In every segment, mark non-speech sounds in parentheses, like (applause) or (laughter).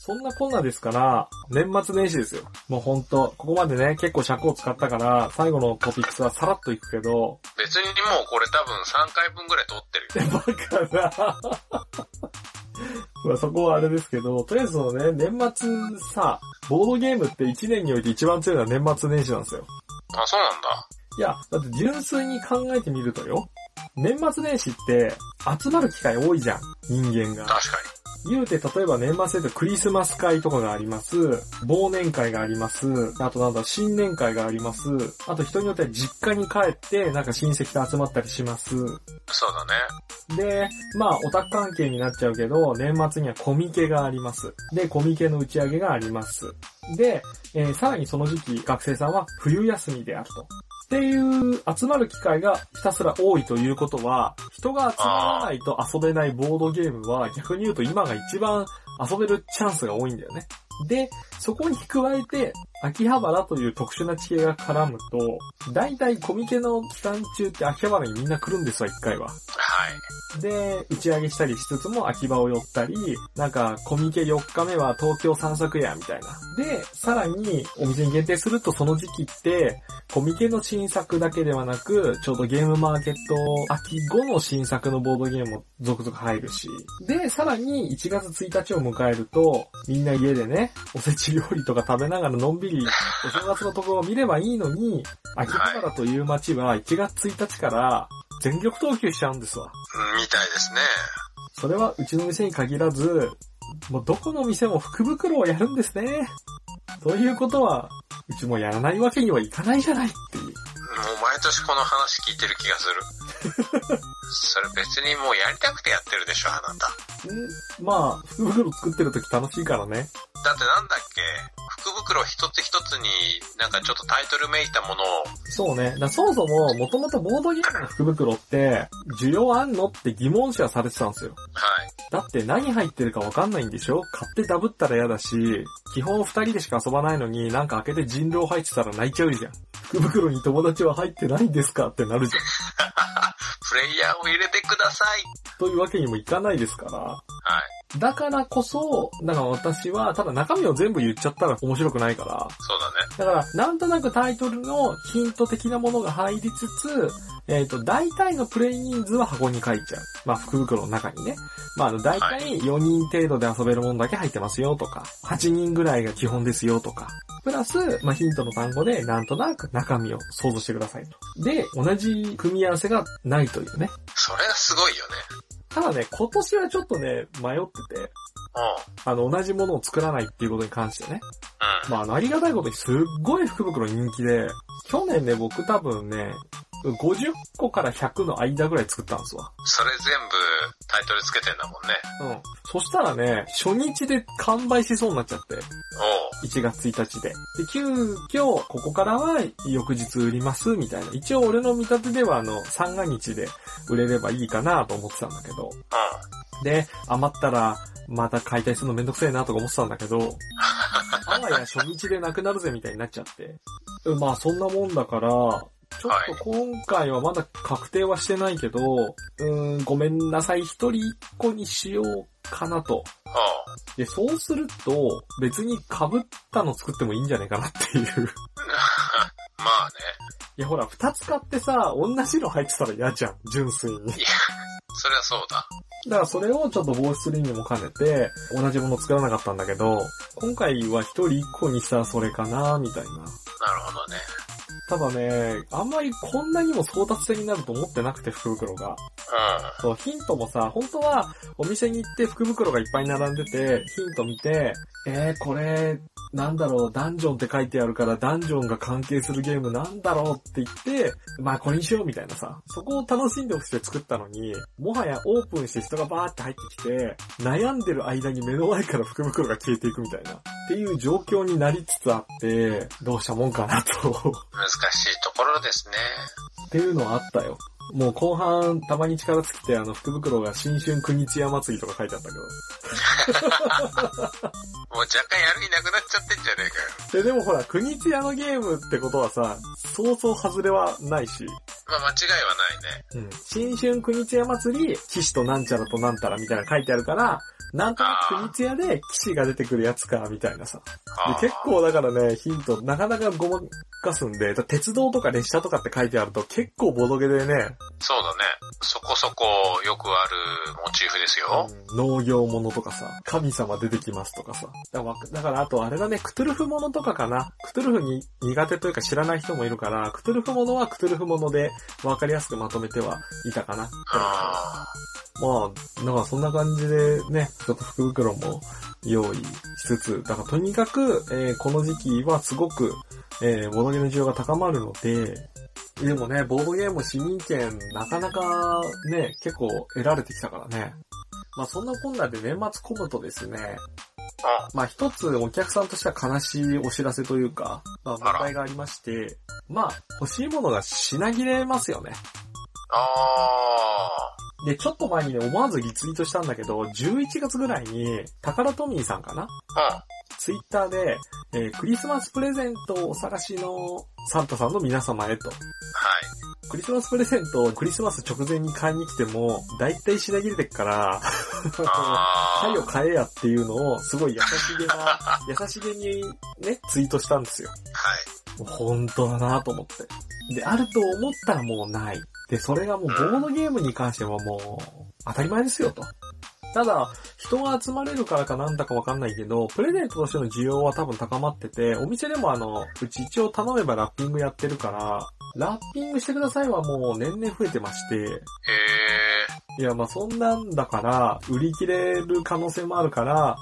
そんなこんなですから、年末年始ですよ。もうほんと、ここまでね、結構尺を使ったから、最後のトピックスはさらっといくけど、別にもうこれ多分3回分ぐらい撮ってるよ。バカな (laughs) まあそこはあれですけど、とりあえずそのね、年末さ、ボードゲームって1年において一番強いのは年末年始なんですよ。あ、そうなんだ。いや、だって純粋に考えてみるとよ、年末年始って集まる機会多いじゃん、人間が。確かに。言うて、例えば年末でクリスマス会とかがあります。忘年会があります。あとなんだ、新年会があります。あと人によっては実家に帰って、なんか親戚と集まったりします。そうだね。で、まあオタク関係になっちゃうけど、年末にはコミケがあります。で、コミケの打ち上げがあります。で、えーさらにその時期、学生さんは冬休みであると。っていう、集まる機会がひたすら多いということは、人が集まらないと遊べないボードゲームは、逆に言うと今が一番遊べるチャンスが多いんだよね。で、そこに加えて、秋葉原という特殊な地形が絡むと、だいたいコミケの期間中って秋葉原にみんな来るんですわ、一回は。はい。で、打ち上げしたりしつつも秋葉を寄ったり、なんかコミケ4日目は東京散策や、みたいな。で、さらにお店に限定するとその時期って、コミケの新作だけではなく、ちょうどゲームマーケット秋後の新作のボードゲームも続々入るし。で、さらに1月1日を迎えると、みんな家でね、おせち料理とか食べながらのんびりお正月のところを見ればいいのに、秋葉原という街は1月1日から全力投球しちゃうんですわ。うんみたいですね。それはうちの店に限らず、もうどこの店も福袋をやるんですね。ということは、うちもやらないわけにはいかないじゃないっていう。もう毎年この話聞いてる気がする。それ別にもうやりたくてやってるでしょ、あなた。んまあ、福袋作ってる時楽しいからね。だってなんだっけ福袋一つ一つになんかちょっとタイトルめいたものを、そうね。だそもそも、もともとボードゲームの福袋って、需要あんのって疑問視はされてたんですよ。はい。だって何入ってるかわかんないんでしょ買ってダブったら嫌だし、基本二人でしか遊ばないのになんか開けて人狼入ってたら泣いちゃうじゃん。福袋に友達は入ってないんですかってなるじゃん。プレイヤーを入れてください。というわけにもいかないですから。はい。だからこそ、だから私は、ただ中身を全部言っちゃったら面白くないから。そうだね。だから、なんとなくタイトルのヒント的なものが入りつつ、えっ、と、大体のプレイ人数は箱に書いちゃう。まあ、福袋の中にね。まあ、あの、大は体4人程度で遊べるものだけ入ってますよとか、8人ぐらいが基本ですよとか。プラス、まあ、ヒントの単語で、なんとなく中身を想像してくださいと。で、同じ組み合わせがないというね。それがすごいよね。ただね、今年はちょっとね、迷ってて、うん。あの、同じものを作らないっていうことに関してね。うん。まあ、あのありがたいことにすっごい福袋人気で、去年ね、僕多分ね、50個から100の間ぐらい作ったんですわ。それ全部タイトルつけてんだもんね。うん。そしたらね、初日で完売しそうになっちゃって、おう。 1月1日で。で、急遽、ここからは翌日売ります、みたいな。一応俺の見立てではあの、三が日で売れればいいかなと思ってたんだけど。うで、余ったら、また解体するのめんどくせえなとか思ってたんだけど、あわや初日でなくなるぜみたいになっちゃって。まあそんなもんだから、ちょっと今回はまだ確定はしてないけど、うーん、ごめんなさい、一人一個にしようかなと。ん。おう。で、そうすると、別に被ったの作ってもいいんじゃないかなっていう。まあね。いやほら、二つ買ってさ、同じの入ってたら嫌じゃん、純粋に。そりゃそうだ。だからそれをちょっと防止する意味も兼ねて、同じもの作らなかったんだけど、今回は一人一個にしたらそれかなみたいな。なるほどね。ただね、あんまりこんなにも争奪戦になると思ってなくて、福袋が。うそう、ヒントもさ、本当はお店に行って福袋がいっぱい並んでて、ヒント見て、えー、これ、なんだろう、ダンジョンって書いてあるから、ダンジョンが関係するゲームなんだろうって言って、まあこれにしようみたいなさ、そこを楽しんでほしくて作ったのに、もはやオープンして人がバーって入ってきて、悩んでる間に目の前から福袋が消えていくみたいな、っていう状況になりつつあって、どうしたもんかなと。ん。難しいところですね。っていうのはあったよ。もう後半、たまに力尽きて、あの、福袋が新春国千夜祭りとか書いてあったけど。もう若干やる気なくなっちゃってんじゃねえかで、よ。でもほら、国千夜のゲームってことはさ、そうそう外れはないし、まあ間違いはないね。うん。新春国千夜祭り、騎士となんちゃらとなんたらみたいなの書いてあるから、なんとなく国津屋で騎士が出てくるやつか、みたいなさ。あーで結構だからね、ヒント、なかなかごまかすんで、だ鉄道とか列車とかって書いてあると結構ボドゲでね、そうだね。そこそこよくあるモチーフですよ。うん農業ものとかさ、神様出てきますとかさ。だわだからあとあれだね、クトゥルフものとかかな。クトゥルフに苦手というか知らない人もいるから、クトゥルフものはクトゥルフものでわかりやすくまとめてはいたかな。あまあ、なんかそんな感じでね、ちょっと福袋も用意しつつ、だからとにかく、えーこの時期はすごく、えーボードゲームの需要が高まるので、でもね、ボードゲーム市民権なかなかね、結構得られてきたからね。まあそんなこんなで年末込むとですね、あ、まあ一つお客さんとしては悲しいお知らせというか、まあ問題がありまして、まあ欲しいものが品切れますよね。あで、ちょっと前にね、思わずリツイートしたんだけど、11月ぐらいに、タカラトミーさんかなー、うん。ツイッターで、えークリスマスプレゼントをお探しのサンタさんの皆様へと。はい。クリスマスプレゼントをクリスマス直前に買いに来ても、だいたい品切れてっから、あはいをー (laughs) 買えやっていうのを、すごい優しげな、優しげにね、ツイートしたんですよ。はい。もう本当だなと思って。で、あると思ったらもうない。で、それがもうボードゲームに関してはもう、当たり前ですよと。ただ、人が集まれるからかなんだかわかんないけど、プレゼントとしての需要は多分高まってて、お店でもあの、うち一応頼めばラッピングやってるから、ラッピングしてくださいはもう年々増えてまして、へえ。いや、まあそんなんだから、売り切れる可能性もあるから、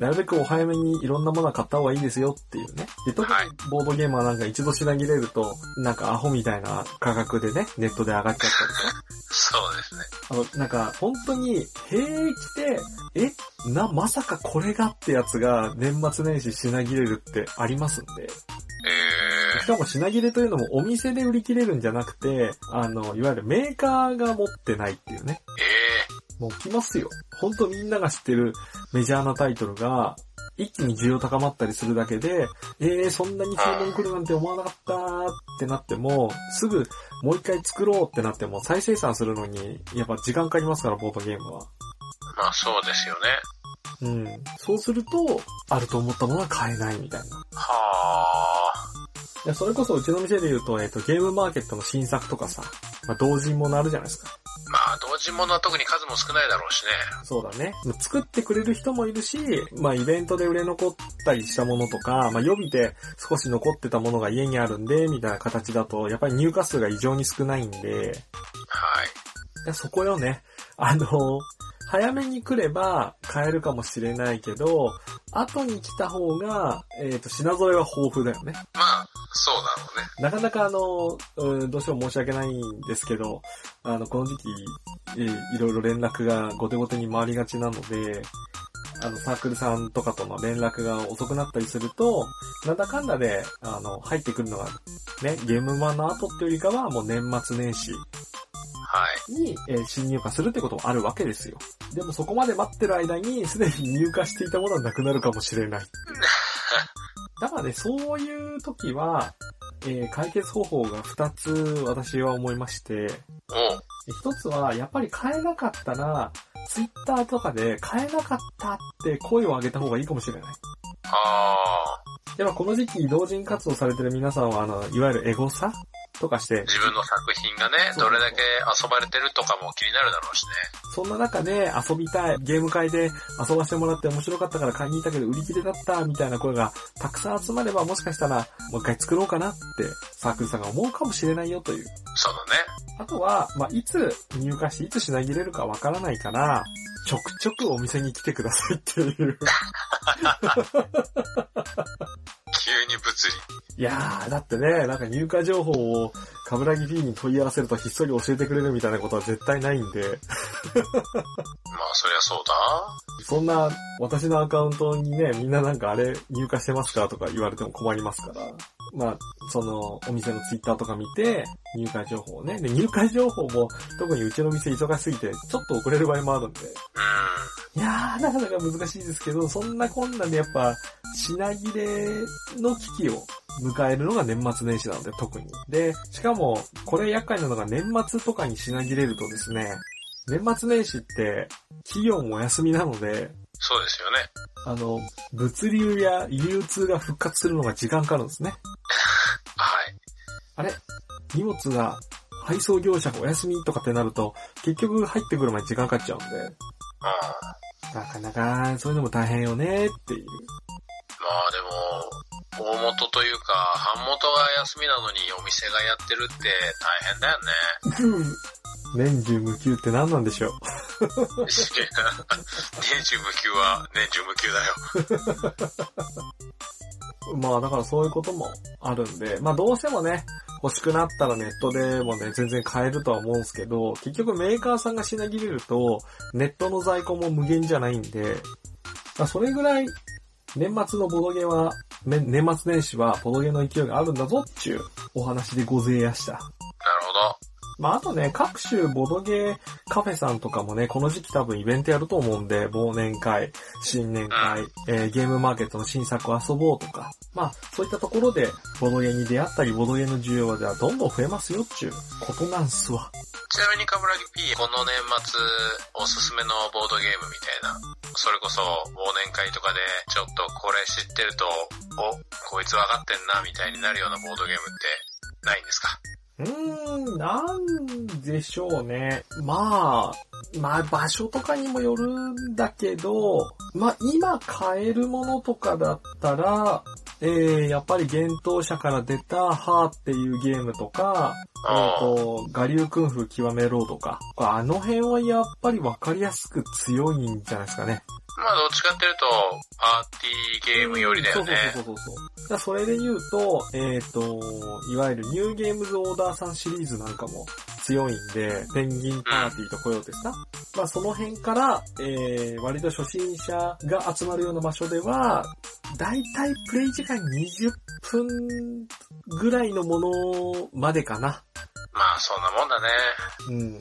なるべくお早めにいろんなものは買った方がいいですよっていうね。で、特にはいボードゲームはなんか一度品切れると、なんかアホみたいな価格でね、ネットで上がっちゃったりそうですね。あの、なんか、本当に、平気で、え、な、まさかこれがってやつが、年末年始品切れるってありますんで。えしかも品切れというのも、お店で売り切れるんじゃなくて、あの、いわゆるメーカーが持ってないっていうね。ー、えもう来ますよ。ほんとみんなが知ってるメジャーなタイトルが、一気に需要高まったりするだけで、えー、そんなに注文来るなんて思わなかったーってなっても、すぐもう一回作ろうってなっても、再生産するのに、やっぱ時間かかりますから、ボードゲームは。ー、まあそうですよね。うん。そうすると、あると思ったものは買えないみたいな。はあ。いや、それこそうちの店で言うと、えっ、と、ゲームマーケットの新作とかさ、まあ、同人ものあるじゃないですか。まあ同時物は特に数も少ないだろうしね。そうだね。作ってくれる人もいるし、まあイベントで売れ残ったりしたものとか、まあ予備で少し残ってたものが家にあるんで、みたいな形だと、やっぱり入荷数が異常に少ないんで、はい。いやそこよね。あの、早めに来れば買えるかもしれないけど、後に来た方が、えっ、と、品揃えは豊富だよね。まあ、そうだろうね。なかなかあの、うん、どうしても申し訳ないんですけど、あの、この時期、えーいろいろ連絡が後手後手に回りがちなので、あの、サークルさんとかとの連絡が遅くなったりすると、なんだかんだで、あの、入ってくるのが、ね、ゲームマンの後っていうよりかは、もう年末年始はい。に、えー新入荷するってこともあるわけですよ。でもそこまで待ってる間に、すでに入荷していたものはなくなるかもしれない。だからね、そういう時は、えー解決方法が2つ私は思いまして、おう。 1つは、やっぱり買えなかったら、ツイッターとかで買えなかったって声を上げた方がいいかもしれない。あやっぱこの時期同人活動されてる皆さんは、あの、いわゆるエゴサとかしてー、自分の作品がね、そうそどうれだけ遊ばれてるとかも気になるだろうしね。そんな中で遊びたい、ゲーム会で遊ばせてもらって面白かったから買いに行ったけど売り切れだったみたいな声がたくさん集まればもしかしたらもう一回作ろうかなってサークルさんが思うかもしれないよという。そうだね。あとは、まあ、いつ入荷していつ品切れるかわからないから、ちょくちょくお店に来てくださいっていう。急に物 (laughs) 理。いやー、だってね、なんか入荷情報をカブラギ P に問い合わせるとひっそり教えてくれるみたいなことは絶対ないんで。まあそりゃそうだ。そんな、私のアカウントにね、みんななんかあれ入荷してますかとか言われても困りますから。まあ、その、お店のツイッターとか見て、入荷情報をね。で、入荷情報も、特にうちの店忙しすぎて、ちょっと遅れる場合もあるんで。うん。いやー、なかなか難しいですけど、そんなこんなでやっぱ、品切れの危機を迎えるのが年末年始なので、特に。で、しかも、これ厄介なのが年末とかに品切れるとですね、年末年始って、企業もお休みなので、そうですよね。あの、物流や流通が復活するのが時間かかるんですね。はい。あれ荷物が配送業者がお休みとかってなると、結局入ってくるまで時間かかっちゃうんで、うん。まあなかなかそういうのも大変よねっていう。でも、大元というか、半元が休みなのにお店がやってるって大変だよね。 (laughs) 年中無休って何なんでしょう年中無休は年中無休だよ。まあだからそういうこともあるんで、まあどうしてもね、欲しくなったらネットでもね、全然買えるとは思うんですけど、結局メーカーさんが品切れると、ネットの在庫も無限じゃないんで、まあそれぐらい、年末のボドゲは、ね年末年始はボドゲの勢いがあるんだぞっちゅうお話でごぜやした。なるほど。まああとね、各種ボドゲカフェさんとかもね、この時期多分イベントやると思うんで、忘年会、新年会、えーゲームマーケットの新作を遊ぼうとか、まあそういったところでボドゲに出会ったり、ボドゲの需要はどんどん増えますよっちゅうことなんすわ。ちなみに、カブラギ P、この年末、おすすめのボードゲームみたいな、それこそ、忘年会とかで、ちょっとこれ知ってると、お、こいつ分かってんな、みたいになるようなボードゲームって、ないんですかうーん、なんでしょうね。まあ、まあ場所とかにもよるんだけど、まあ今買えるものとかだったら、えー、やっぱり幻冬者から出たハーっていうゲームとか、えーうん。と、我流クンフ極めろうとか、あの辺はやっぱりわかりやすく強いんじゃないですかね。まあ、どっちかっていうと、パーティーゲームよりだよね。そうそうそうそうそう。だからそれで言うと、えっ、と、いわゆるニューゲームズオーダーさんシリーズなんかも強いんで、ペンギンパーティーとコヨーテスな。まあその辺から、えー、割と初心者が集まるような場所では、だいたいプレイ時間20分ぐらいのものまでかな。まあ、そんなもんだね。うん。っ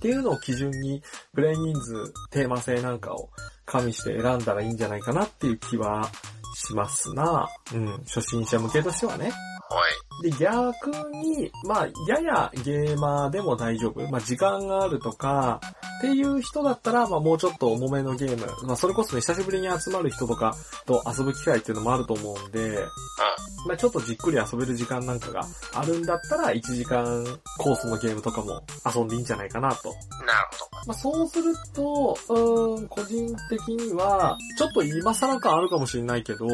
ていうのを基準に、プレイ人数、テーマ性なんかを加味して選んだらいいんじゃないかなっていう気はしますな。うん。初心者向けとしてはね。おい。で、逆に、まあ、ややゲーマーでも大丈夫。まあ、時間があるとか、っていう人だったら、まあ、もうちょっと重めのゲーム。まあ、それこそね、久しぶりに集まる人とかと遊ぶ機会っていうのもあると思うんで、まあ、ちょっとじっくり遊べる時間なんかがあるんだったら、1時間コースのゲームとかも遊んでいいんじゃないかなとうん。なるほど。まあ、そうすると、うーん、個人的には、ちょっと今更感あるかもしれないけど、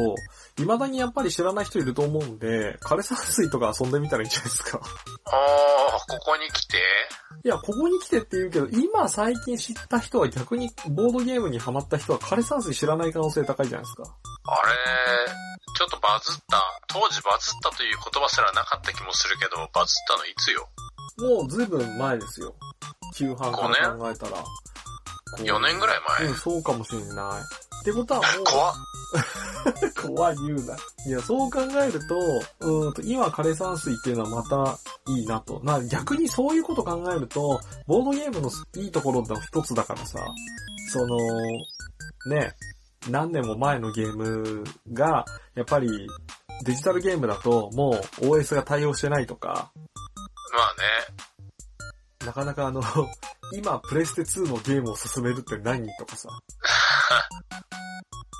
未だにやっぱり知らない人いると思うんで、枯山水とか遊んでみたらいいんじゃないですか。 (laughs) おー、ここに来て、いや、ここに来てって言うけど、今最近知った人は逆にボードゲームにハマった人は枯山水知らない可能性高いじゃないですか。あれ、ちょっとバズった。当時バズったという言葉すらなかった気もするけど、バズったのいつよもうずいぶん前ですよ。旧版から考えたら。こう ?4 年ぐらい前うん、。そうかもしれない。ってことはも (laughs) う、怖っ。怖い言うな。いや、そう考えると、うーんと、今枯山水っていうのはまたいいなと。な、逆にそういうこと考えると、ボードゲームのいいところの一つだからさ、その、ね、何年も前のゲームが、やっぱり、デジタルゲームだと、もう OS が対応してないとか、まあね。なかなかあの、 (laughs) 今プレステ2のゲームを進めるって何とかさ。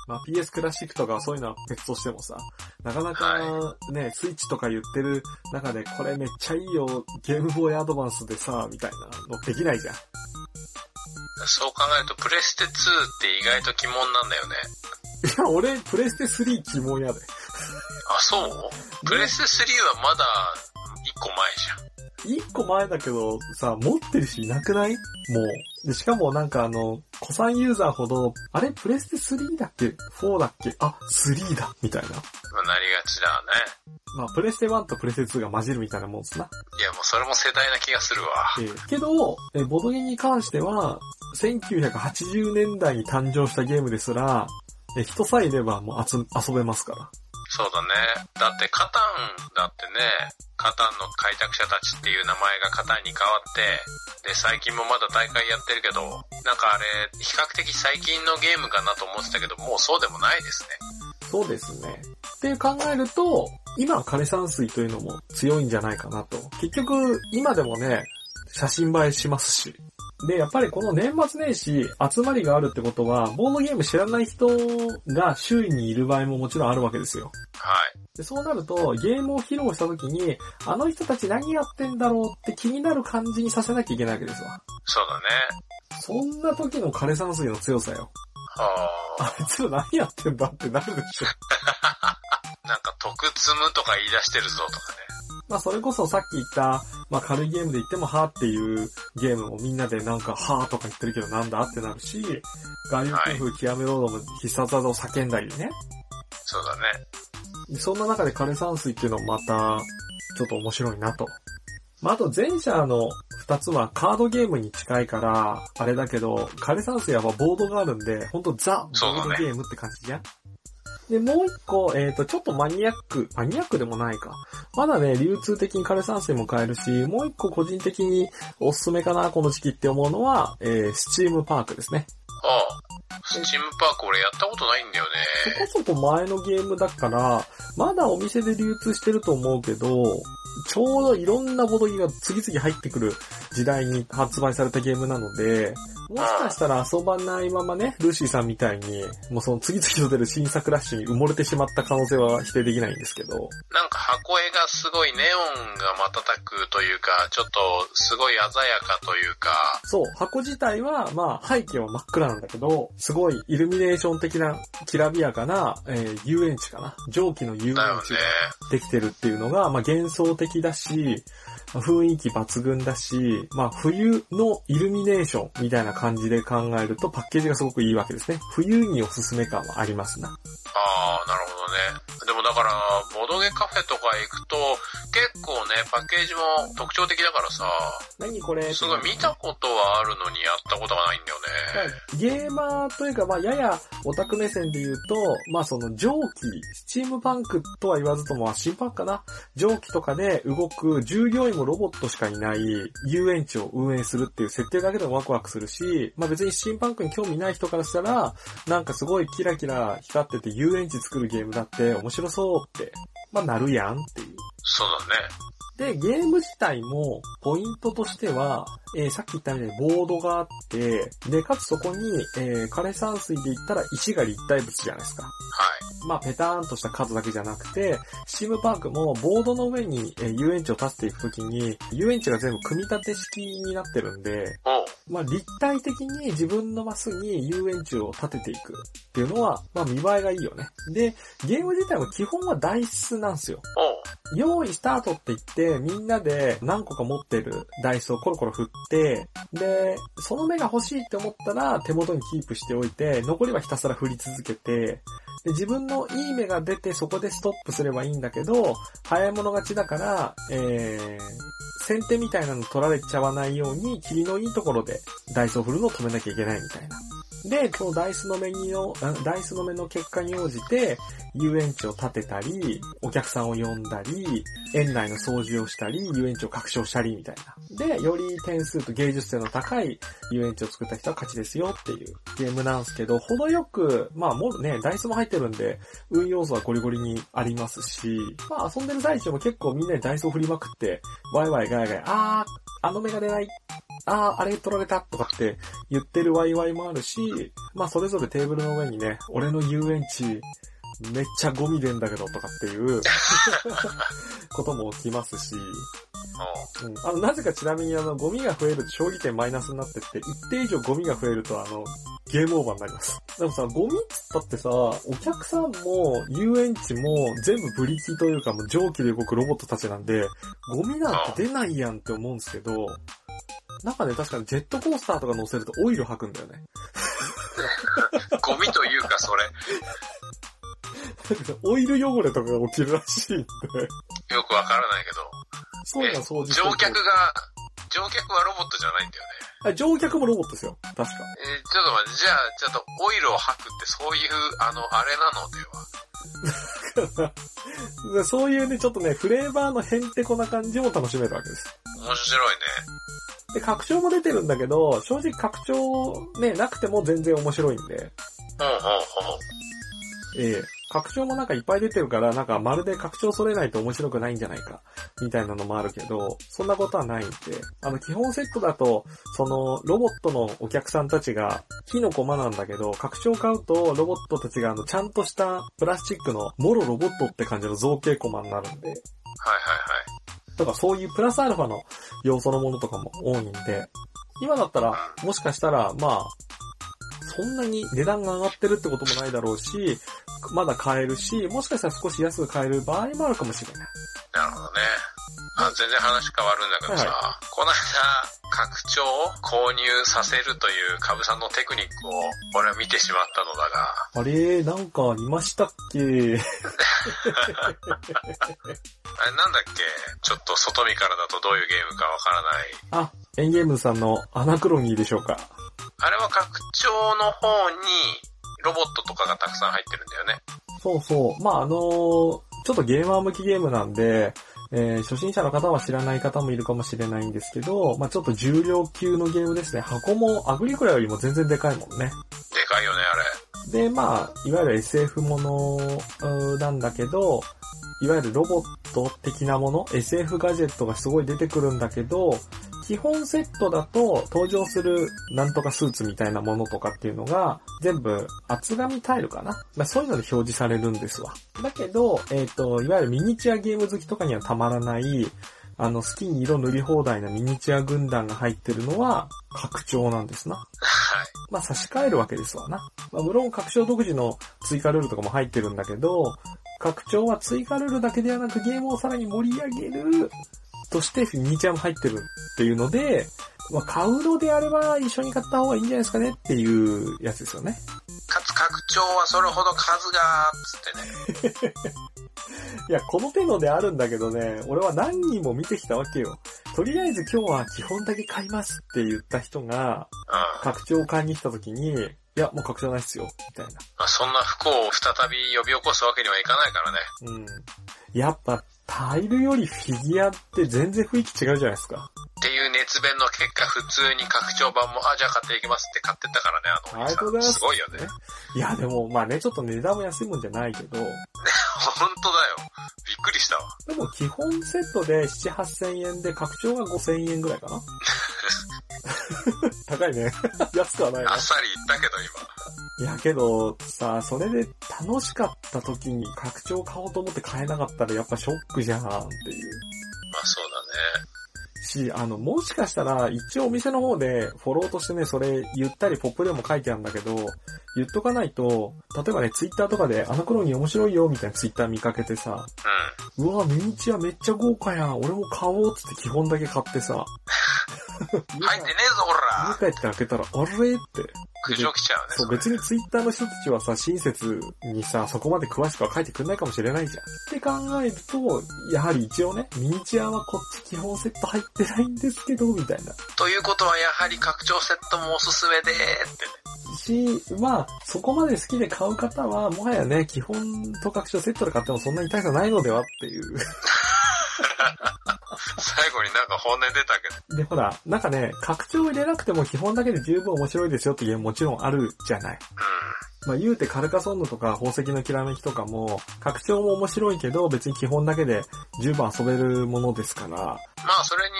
まあ PS クラシックとかはそういうのは別としてもさ、なかなかはね、スイッチとか言ってる中でこれめっちゃいいよ、ゲームボーイアドバンスでさ、みたいなのできないじゃん。そう考えると、プレステ2って意外と鬼門なんだよね。いや、俺プレステ3疑問やで。あ、そうプレステ3はまだ、1個前じゃん。一個前だけど、さ、持ってる人いなくないもう。で、しかもなんかあの、古参ユーザーほど、あれプレステ3だっけ ?4 だっけあ、3だみたいな。まあ、なりがちだね。まあ、プレステ1とプレステ2が混じるみたいなもんですな。いや、もうそれも世代な気がするわ。えーけど、えーボドゲに関しては、1980年代に誕生したゲームですら、えー人さえいればもうあつ遊べますから。そうだね。だって、カタンだってね、カタンの開拓者たちっていう名前がカタンに変わって、で、最近もまだ大会やってるけど、なんかあれ、比較的最近のゲームかなと思ってたけど、もうそうでもないですね。そうですね。って考えると、今は枯山水というのも強いんじゃないかなと。結局、今でもね、写真映えしますし、で、やっぱりこの年末年始、集まりがあるってことは、ボードゲーム知らない人が周囲にいる場合ももちろんあるわけですよ。はい。でそうなると、ゲームを披露した時に、あの人たち何やってんだろうって気になる感じにさせなきゃいけないわけですわ。そうだね。そんな時の枯山水の強さよ。はあいつら何やってんだってなるでしょ。あ。なんか、徳積むとか言い出してるぞとかね。まあそれこそさっき言った、まあ軽いゲームで言ってもはーっていうゲームをみんなでなんかはーとか言ってるけどなんだってなるし、外遊工夫極めろの必殺技を叫んだりね。そうだね。でそんな中で枯山水っていうのもまた、ちょっと面白いなと。まあ、あと前者の二つはカードゲームに近いから、あれだけど、枯山水はまあボードがあるんで、ほんとザ・ボそうだードねゲームって感じじゃん、で、もう一個、えっ、と、ちょっとマニアック、マニアックでもないか。まだね、流通的に枯山水も買えるし、もう一個個人的におすすめかな、この時期って思うのは、えー、スチームパークですね。ああ。スチームパーク俺やったことないんだよそ (laughs) ね。こそこ前のゲームだから、まだお店で流通してると思うけど、ちょうどいろんなボドゲが次々入ってくる時代に発売されたゲームなので、もしかしたら遊ばないままね、ルーシーさんみたいに、もうその次々と出る新作ラッシュに埋もれてしまった可能性は否定できないんですけど、なんか箱絵がすごいネオンが瞬くというか、ちょっとすごい鮮やかというか、そう、箱自体は、まあ、背景は真っ暗なんだけど、すごいイルミネーション的な、きらびやかな、えー遊園地かな。蒸気の遊園地だよね。できてるっていうのが、まあ、幻想的だし、雰囲気抜群だし、まあ、冬のイルミネーションみたいな感じで考えるとパッケージがすごくいいわけですね。冬におすすめ感はありますな。ああ、なるほどね。でもだから、ボドゲカフェとか行くと、結構ね、パッケージも特徴的だからさ、何これすごい見たことはあるのにやったことがないんだよね。ゲーマーというか、まあ、ややオタク目線で言うと、まあ、その蒸気、スチームパンクとは言わずとも、まあ新パンクかな蒸気とかで動く従業員もロボットしかいない遊園地を運営するっていう設定だけでもワクワクするし、まあ、別に新パンクに興味ない人からしたら、なんかすごいキラキラ光ってて遊園地作るゲームだって面白そうって、まあ、なるやんっていう。そうだね。で、ゲーム自体も、ポイントとしては、えーさっき言ったみたいにボードがあって、で、かつそこに、えー枯山水で言ったら石が立体物じゃないですか。はい。まあ、ペターンとした数だけじゃなくて、スチームパークもボードの上に、えー遊園地を建てていくときに、遊園地が全部組み立て式になってるんで、おうまあ、立体的に自分のマスに遊園地を建てていくっていうのは、まあ、見栄えがいいよね。で、ゲーム自体も基本はダイスなんですよ。おう用意スタートって言って、みんなで何個か持ってるダイスをコロコロ振って、で、その目が欲しいって思ったら手元にキープしておいて、残りはひたすら振り続けて、で、自分のいい目が出てそこでストップすればいいんだけど、早い者勝ちだから、えー、先手みたいなの取られちゃわないように、霧のいいところでダイスを振るのを止めなきゃいけないみたいな。で、このダイスの目によ、んダイスの目の結果に応じて、遊園地を建てたり、お客さんを呼んだり、園内の掃除をしたり、遊園地を拡張したりみたいな。で、より点数と芸術性の高い遊園地を作った人は勝ちですよっていうゲームなんですけど、程よく、まあもうね、ダイスも入ってるんで、運要素はゴリゴリにありますし、まあ遊んでる最中も結構みんなにダイスを振りまくって、ワイワイガヤガヤ、あー、あの目が出ない、あー、あれ取られたとかって言ってるワイワイもあるし、まあそれぞれテーブルの上にね、俺の遊園地、めっちゃゴミ出んだけどとかっていう (laughs) ことも起きますし、おううん、あの、なぜかちなみにあの、ゴミが増えると消費点マイナスになってって、一定以上ゴミが増えるとあの、ゲームオーバーになります。でもさ、ゴミっつったってさ、お客さんも遊園地も全部ブリキというかもう蒸気で動くロボットたちなんで、ゴミなんて出ないやんって思うんですけど、なんかね、確かにジェットコースターとか乗せるとオイル吐くんだよね。 (laughs) ゴミというかそれ、オイル汚れとかが起きるらしいんで。よくわからないけど。そういうのは掃除してる乗と客が、乗客はロボットじゃないんだよあ、乗客もロボットですよ。確か。ね。えーちょっと待って、じゃあ、ちょっとオイルを吐くってそういう、あの、あれなのでは。でそういうね、ちょっとね、フレーバーのへんてこな感じも楽しめるわけです。面白いね。で、拡張も出てるんだけど、正直拡張ね、なくても全然面白いんで。ほうほうほう。ええ拡張もなんかいっぱい出てるから、なんかまるで拡張揃えないと面白くないんじゃないか、みたいなのもあるけど、そんなことはないんで、あの、基本セットだと、その、ロボットのお客さんたちが、木の駒なんだけど、拡張買うと、ロボットたちがあの、ちゃんとしたプラスチックの、モロロボットって感じの造形駒になるんで、はいはい。だからそういうプラスアルファの要素のものとかも多いんで、今だったら、もしかしたら、まあ、そんなに値段が上がってるってこともないだろうし、まだ買えるし、もしかしたら少し安く買える場合もあるかもしれない。なるほどね。あ全然話変わるんだけどさ、この間、拡張を購入させるというカブさんのテクニックを俺は見てしまったのだが、あれなんかいましたっけあれなんだっけちょっと外見からだとどういうゲームかわからない。あ、エンゲームズさんのアナクロニーでしょうか。あれは拡張の方にロボットとかがたくさん入ってるんだよね。そうそう。まあ、あのーちょっとゲーマー向きゲームなんで、えー初心者の方は知らない方もいるかもしれないんですけど、まあ、ちょっと重量級のゲームですね。箱もアグリコラよりも全然でかいもんね。でかいよね、あれ。で、まあ、いわゆる SF ものうーなんだけど、いわゆるロボット的なもの、SF ガジェットがすごい出てくるんだけど、基本セットだと登場するなんとかスーツみたいなものとかっていうのが全部厚紙タイルかな、まあ、そういうので表示されるんですわ。だけど、えっ、と、いわゆるミニチュアゲーム好きとかにはたまらない、あの、好きに色塗り放題なミニチュア軍団が入ってるのは拡張なんですな。はい。まあ差し替えるわけですわな。まあ無論拡張独自の追加ルールとかも入ってるんだけど、拡張は追加ルールだけではなくゲームをさらに盛り上げるとしてミニチュアも入ってるっていうので、まあ買うのであれば一緒に買った方がいいんじゃないですかねっていうやつですよね。かつ拡張はそれほど数が、つってね。いや、この手のであるんだけどね、俺は何人も見てきたわけよ。とりあえず今日は基本だけ買いますって言った人が、うん。ま拡張を買いに来た時に、いや、もう拡張ないっすよ、みたいな。あ、そんな不幸を再び呼び起こすわけにはいかないからね。うん。やっぱ、タイルよりフィギュアって全然雰囲気違うじゃないですか。っていう熱弁の結果、普通に拡張版も、あ、じゃあ買っていきますって買ってったからね、あのお兄ありがとうございまさん。すすごいよね。いや、でも、まあね、ちょっと値段も安いもんじゃないけど、本当だよ。びっくりしたわ。でも基本セットで7、8000円で、拡張が5000円ぐらいかな (laughs) 高いね。 (laughs) 安くはないなあっ。さり言ったけど今。いや、けど、さ、それで楽しかった時に拡張買おうと思って買えなかったらやっぱショックじゃんっていう。まあそうだね。し、あの、もしかしたら、一応お店の方で、フォローとしてね、それ、言ったり、ポップでも書いてあるんだけど、言っとかないと、例えばね、ツイッターとかで、あの頃に面白いよ、みたいなツイッター見かけてさ、うん。うわ、ミニチュアめっちゃ豪華やん、俺も買おうっつって基本だけ買ってさ、入ってねえぞ、ほら家帰って開けたら、あれって。苦情来ちゃうね。そう、れ別にツイッターの人たちはさ、親切にさ、そこまで詳しくは書いてくんないかもしれないじゃん。って考えると、やはり一応ね、ミニチュアはこっち基本セット入ってないんですけど、みたいな。ということは、やはり拡張セットもおすすめでーってね。し、まあ、そこまで好きで買う方は、もはやね、基本と拡張セットで買ってもそんなに大差ないのではっていう。 (laughs) 最後になんか本音出たけど。で、ほら、なんかね、拡張入れなくても基本だけで十分面白いですよっていうゲームもちろんあるじゃない。うまあ、言うてカルカソンヌとか宝石のきらめきとかも、拡張も面白いけど、別に基本だけで十分遊べるものですから。ん。まあそれに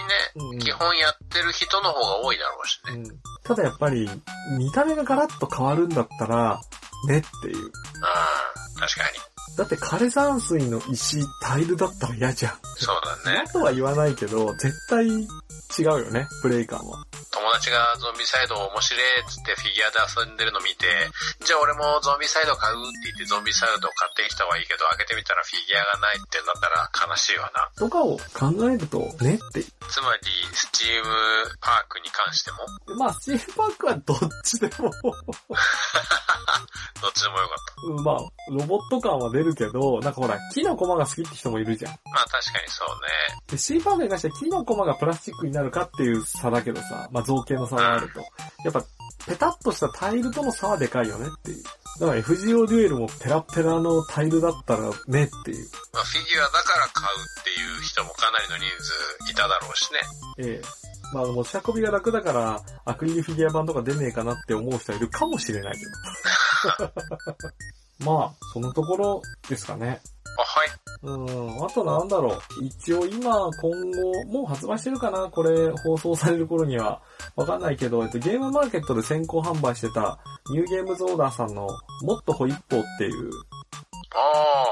うね、ん基本やってる人の方が多いだろうしね。うんただやっぱり、見た目がガラッと変わるんだったら、ねっていう。うん。確かに。だって枯山水の石、タイルだったら嫌じゃん。そうだねな。とは言わないけど、絶対違うよね、プレイ感は。友達がゾンビサイド面白いっつってフィギュアで遊んでるの見て、じゃあ俺もゾンビサイド買うって言ってゾンビサイド買ってきたはいいけど、開けてみたらフィギュアがないってなったら悲しいわな。とかを考えると、ねって。つまり、スチームパークに関しても、でまあ、スチームパークはどっちでも (laughs) どっちでもよかっうん、まあ、ロボット感は出るけど、なんかほら、木の駒が好きって人もいるじゃん。た。まあ確かにそうね。で、シーパークに関しては木の駒がプラスチックになるかっていう差だけどさ、まあ造形の差があると。やっぱ、ペタッとしたタイルとの差はでかいよねっていう。だから FGO デュエルもペラペラのタイルだったらねっていう。まあフィギュアだから買うっていう人もかなりの人数いただろうしね。ええ。まあ、持ち運びが楽だから、アクリルフィギュア版とか出ねえかなって思う人はいるかもしれないけど。まあ、そのところですかね。あ、はい。うん、あとなんだろう。一応今、今後、もう発売してるかなこれ、放送される頃には。わかんないけど、えっと、ゲームマーケットで先行販売してた、ニューゲームズオーダーさんの、もっとほ一歩っていう、あ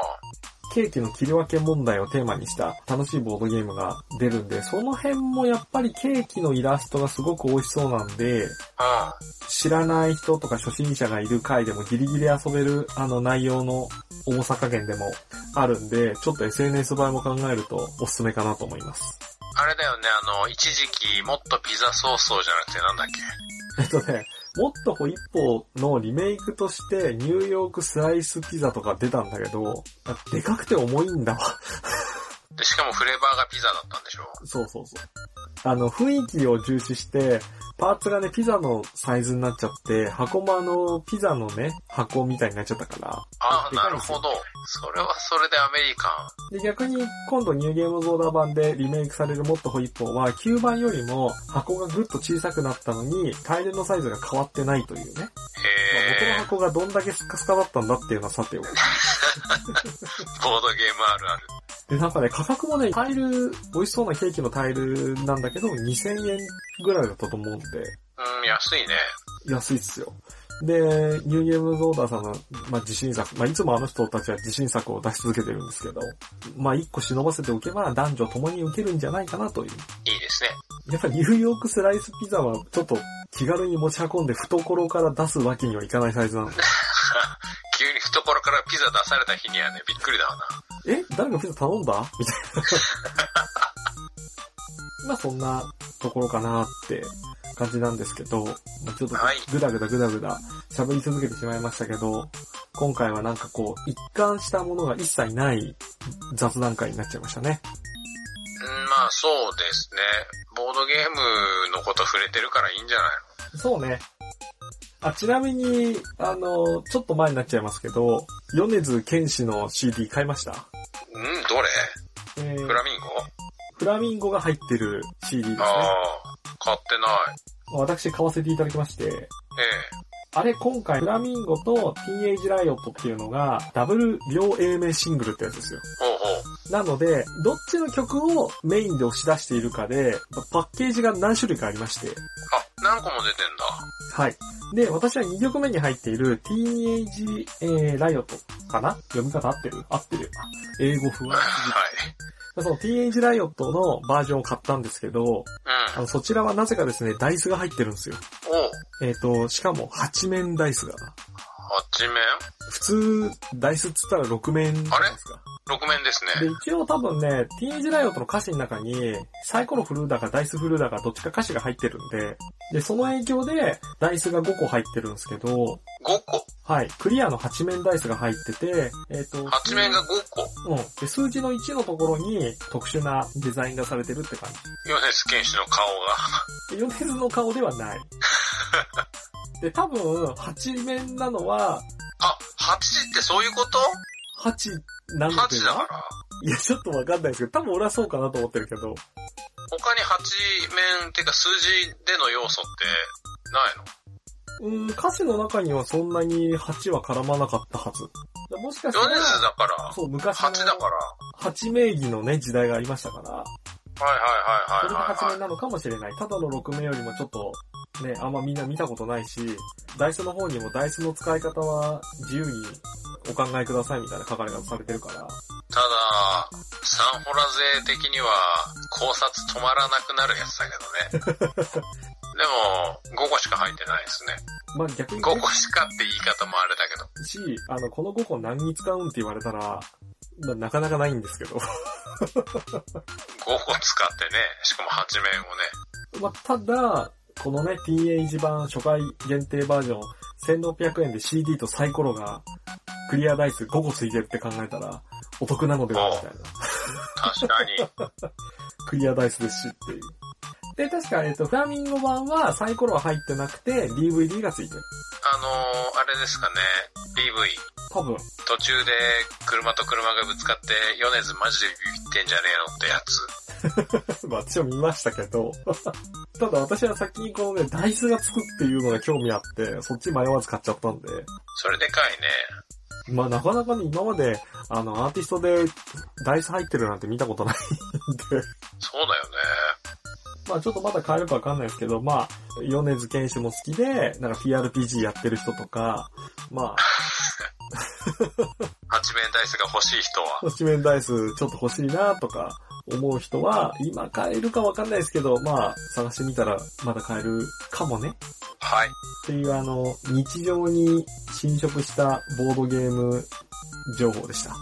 ケーキの切り分け問題をテーマにした楽しいボードゲームが出るんで、その辺もやっぱりケーキのイラストがすごく美味しそうなんで、あ、知らない人とか初心者がいる回でもギリギリ遊べるあの内容の重さ加減でもあるんで、ちょっと SNS 映えも考えるとおすすめかなと思います。うん。あれだよね、あの、一時期、もっとピザソースをじゃなくてなんだっけ。えっとね、もっとほ一歩のリメイクとしてニューヨークスライスピザとか出たんだけど、あでかくて重いんだわ。で、しかもフレーバーがピザだったんでしょそうそうそう。あの、雰囲気を重視して、パーツがね、ピザのサイズになっちゃって、箱もあの、ピザのね、箱みたいになっちゃったから、ああ、でかないるですよほど。それはそれでアメリカン。で、逆に今度ニューゲームズオーダー版でリメイクされるもっとほ一本は、9番よりも箱がぐっと小さくなったのに、大量のサイズが変わってないというね。まあ元のへえ、箱がどんだけスカスカだったんだっていうのはさておき。ボードゲームあるある。で、なんかね、価格もね、タイル、美味しそうなケーキのタイルなんだけど、2000円ぐらいだったと思うんで、うん、安いね。安いっすよ。で、ニューゲームズオーダーさんの、まあ、自信作、まあ、いつもあの人たちは自信作を出し続けてるんですけど、まあ、一個忍ばせておけば男女共に受けるんじゃないかなという。いいですね。やっぱニューヨークスライスピザはちょっと気軽に持ち運んで懐から出すわけにはいかないサイズなの。急に懐からピザ出された日にはね、びっくりだわな。え誰がピザ頼んだみたい (laughs) な。まあそんなところかなって感じなんですけど、まあちょっとはいぐだぐだぐだぐだ喋り続けてしまいましたけど、今回はなんかこう一貫したものが一切ない雑談会になっちゃいましたね。うん、まあそうですね。ボードゲームのこと触れてるからいいんじゃないそうね。あ、ちなみに、あの、ちょっと前になっちゃいますけど、米津玄師の CD 買いましたのうん、どれえーフラミンゴフラミンゴが入ってる CD ですねあ。あ、買ってない。私買わせていただきまして、えあれ今回フラミンゴと Teenage Riot っていうのがダブル両 A 名シングルってやつですよ。えほうほう。なので、どっちの曲をメインで押し出しているかで、パッケージが何種類かありまして、あ、何個も出てんだ。 (laughs) はい。で、私は2曲目に入っている Teenage、えー、Riot かな読み方合ってる合ってるよな。英語風はは。い。 (laughs) その Teenage Riot のバージョンを買ったんですけど、あうん。のそちらはなぜかですね、ダイスが入ってるんですよ。おう、えっ、と、しかも8面ダイスが。 8面普通、ダイスっつったら6面じゃないですか。 ?6 面ですね。で、一応多分ね、ティーンエイジライオットの歌詞の中に、サイコロ振るだかダイス振るだかどっちか歌詞が入ってるんで、で、その影響で、ダイスが5個入ってるんですけど、 5個はい、クリアの8面ダイスが入ってて、えっ、と、 ?8 面が5個うん。で、数字の1のところに特殊なデザインがされてるって感ヨネス剣士の顔が。じ。で、ヨネズの顔では (laughs) ない。で、多分、8面なのは、あ、8ってそういうこと8なんだ ?8 だから。いや、ちょっとわかんないですけど、多分俺はそうかなと思ってるけど、他に8面っていうか数字での要素ってないのうん、歌詞の中にはそんなに8は絡まなかったはず。もしかしたヨネスら、だから、そう、昔の8だから。 8名義のね、時代がありましたから、はいそはいれはいがはい、 8はい名。なのかもしれない。ただの6名よりもちょっと、ね、あんまみんな見たことないし、ダイスの方にもダイスの使い方は自由にお考えくださいみたいな書かれ方されてるから、ただ、サンホラ勢的には考察止まらなくなるやつだけどね。でも、5個しか入ってないですね。まあ逆に、 5個しかって言い方もあれだけど。し、あの、この5個何に使うんって言われたら、まあなかなかないんですけど。 5個使ってね、しかも8面をね。まあ、ただ、このね、TH 版初回限定バージョン、1600円で CD とサイコロが、クリアダイス5個ついてるって考えたら、お得なのではみたいな。確かに。クリアダイスですしっていう。で、確か、えっ、と、フラミンゴ版はサイコロは入ってなくて、DVD がついてる。あのー、あれですかね、DV。多分。 (laughs) 途中で車と車がぶつかって、ヨネズマジでビビってんじゃねえのってやつ。まあ、私は見ましたけど。 (laughs) ただ私は先にこのね、ダイスがつくっていうのが興味あって、そっち迷わず買っちゃったんで。それでかいね。まあなかなかね、今まで、あの、アーティストでダイス入ってるなんて見たことないんで、そうだよね。まあちょっとまだ変えるかわかんないですけど、まあ、米津玄師も好きで、なんか PRPG やってる人とか、ま八面ダイスが欲しい人は。あ、七面ダイスちょっと欲しいなとか、思う人は、今変えるかわかんないですけど、まあ、探してみたらまだ変えるかもね。はい。っていうあの、日常に侵食したボードゲーム情報でした。 (laughs)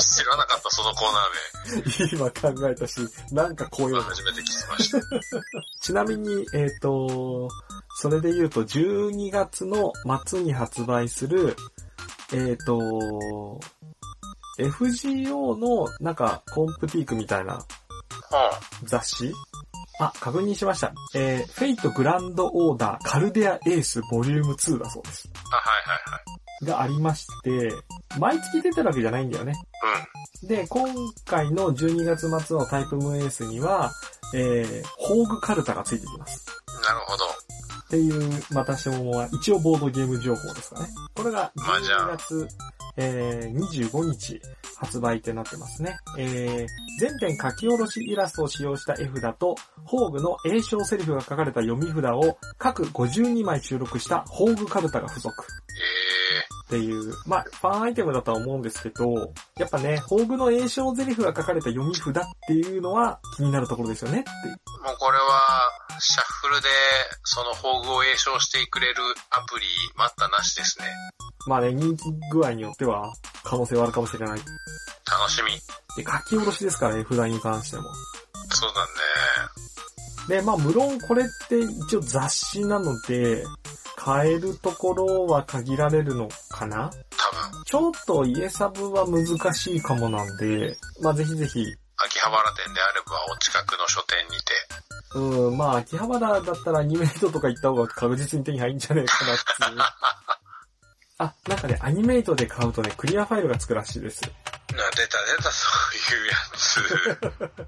知らなかったそのコーナー今考えたし、なんかこうい名、う今初めて聞きま (laughs) した。ちなみに、えっ、と、それで言うと12月の末に発売する、えっ、と、FGO のなんかコンプティークみたいなうん。雑誌あ、確認しました。えー、フェイトグランドオーダーカルデアエースボリューム2だそうです。あ、はいはいがありまして、毎月出てるわけじゃないんだよね。はい。うん。で、今回の12月末のタイプムーンエースには、えー、宝具カルタがついてきます。なるほど。っていう、またしてもは、一応ボードゲーム情報ですかね。これがまあじゃあ12月、えー、25日発売ってなってますね。えー、全編書き下ろしイラストを使用した絵札と、宝具の英称セリフが書かれた読み札を各52枚収録した宝具カルタが付属。ええっていう、まあ、ファンアイテムだとは思うんですけど、やっぱね、宝具の詠唱台詞が書かれた読み札っていうのは気になるところですよねっていう。もうこれは、シャッフルで、その宝具を詠唱してくれるアプリ、待ったなしですね。まあね、人気具合によっては可能性はあるかもしれない。で、楽しみ。書き下ろしですからね、札に関しても。そうだね。で、まあ、無論これって一応雑誌なので、変えるところは限られるのかな多分、ちょっと家サブは難しいかもなんで、まあ、ぜひぜひ秋葉原店であれば、お近くの書店にて。うん、まあ、秋葉原だったらアニメイトとか行った方が確実に手に入るんじゃねえかなっていう。あ、なんかね、アニメイトで買うとね、クリアファイルがつくらしいです。な、出た出た、そういうやつ。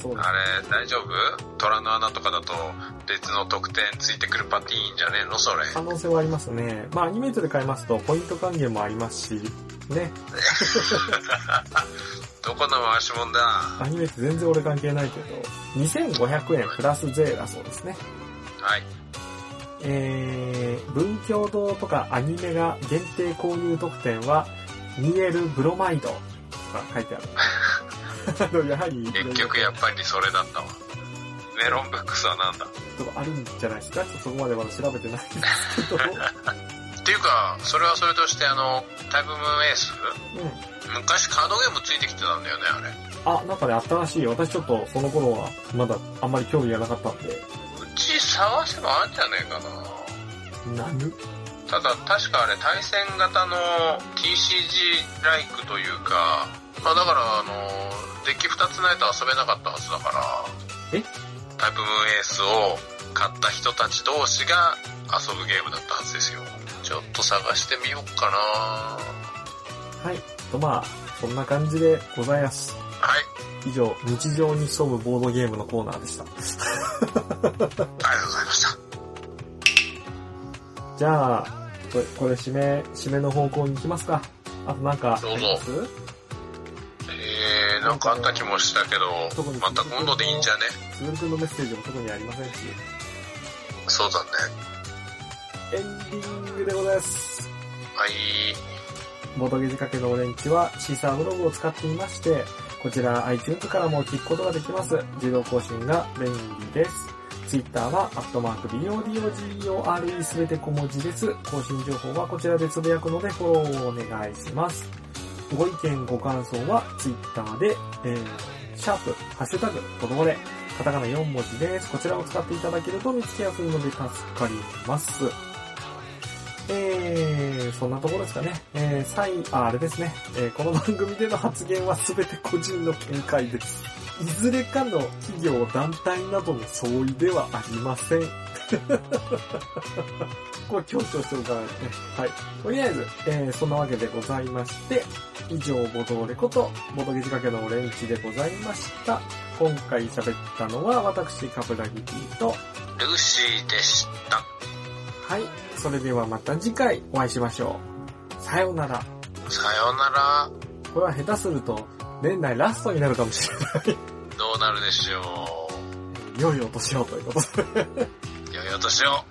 そうなん (laughs) あれ、大丈夫虎の穴とかだと、別の特典ついてくるパティーンじゃねえのそれ。可能性はありますね。まあ、アニメイトで買いますと、ポイント還元もありますし、ね、どこの回しもんだはアニメイト全然俺関係ないけど、2500円プラス税だそうですね。い。えー、文教堂とかアニメが限定購入特典は、ニエルブロマイドとか書い (laughs) てある。あのやはり、結局やっぱりそれだったわ。メロンブックスはなんだとかあるんじゃないですかちょっとそこまでまだ調べてないんですけど。っていうか、それはそれとしてあの、タイプムーンエースうん。昔カードゲームついてきてたんだよね、あれ。あ、なんかね、あったらしいよ。私ちょっとその頃はまだあんまり興味がなかったんで。うち探せばあんじゃねえかな。なぬただ、確かあれ対戦型の TCG ライクというか、まあだからあの、デッキ2つないと遊べなかったはずだから、えタイプムーンエースを買った人たち同士が遊ぶゲームだったはずですよ。ちょっと探してみようかな。ははい。とまあ、そんな感じでございます。い。以上、日常に潜むボードゲームのコーナーでした。ありがとうございました。じゃあ、これ、これ締め、締めの方向に行きますか。あとなんか、どうぞありますえー、なんかあった気もしたけど、また今度でいいんじゃねすぐるくんのメッセージも特にありませんし、そうだね。エンディングでございます。はい。ボトゲ仕掛けのオレンジはシーサーブログを使っていまして、こちら iTunes からも聞くことができます。自動更新が便利です。Twitter は、アットマーク、BODOGORE すべて小文字です。更新情報はこちらでつぶやくのでフォローをお願いします。ご意見、ご感想は Twitter で、えー、シャープ、ハッシュタグ、ボトゴレ、カタカナ4文字です。こちらを使っていただけると見つけやすいので助かります。えー、そんなところですかね。えー、サイン、あ、あれですね。えー、この番組での発言は全て個人の見解です。いずれかの企業、団体などの相違ではありません。 (laughs) これ強調しておかないとね。はい。とりあえず、えー、そんなわけでございまして、以上、ボトレこと、ボトゲ仕掛けのオレンジでございました。今回喋ったのは、私、カブラギティと、ルーシーでした。はい。それではまた次回お会いしましょう。さよなら。さよなら、これは下手すると、年内ラストになるかもしれない。どうなるでしょう。良いお年をということで。良いお年を。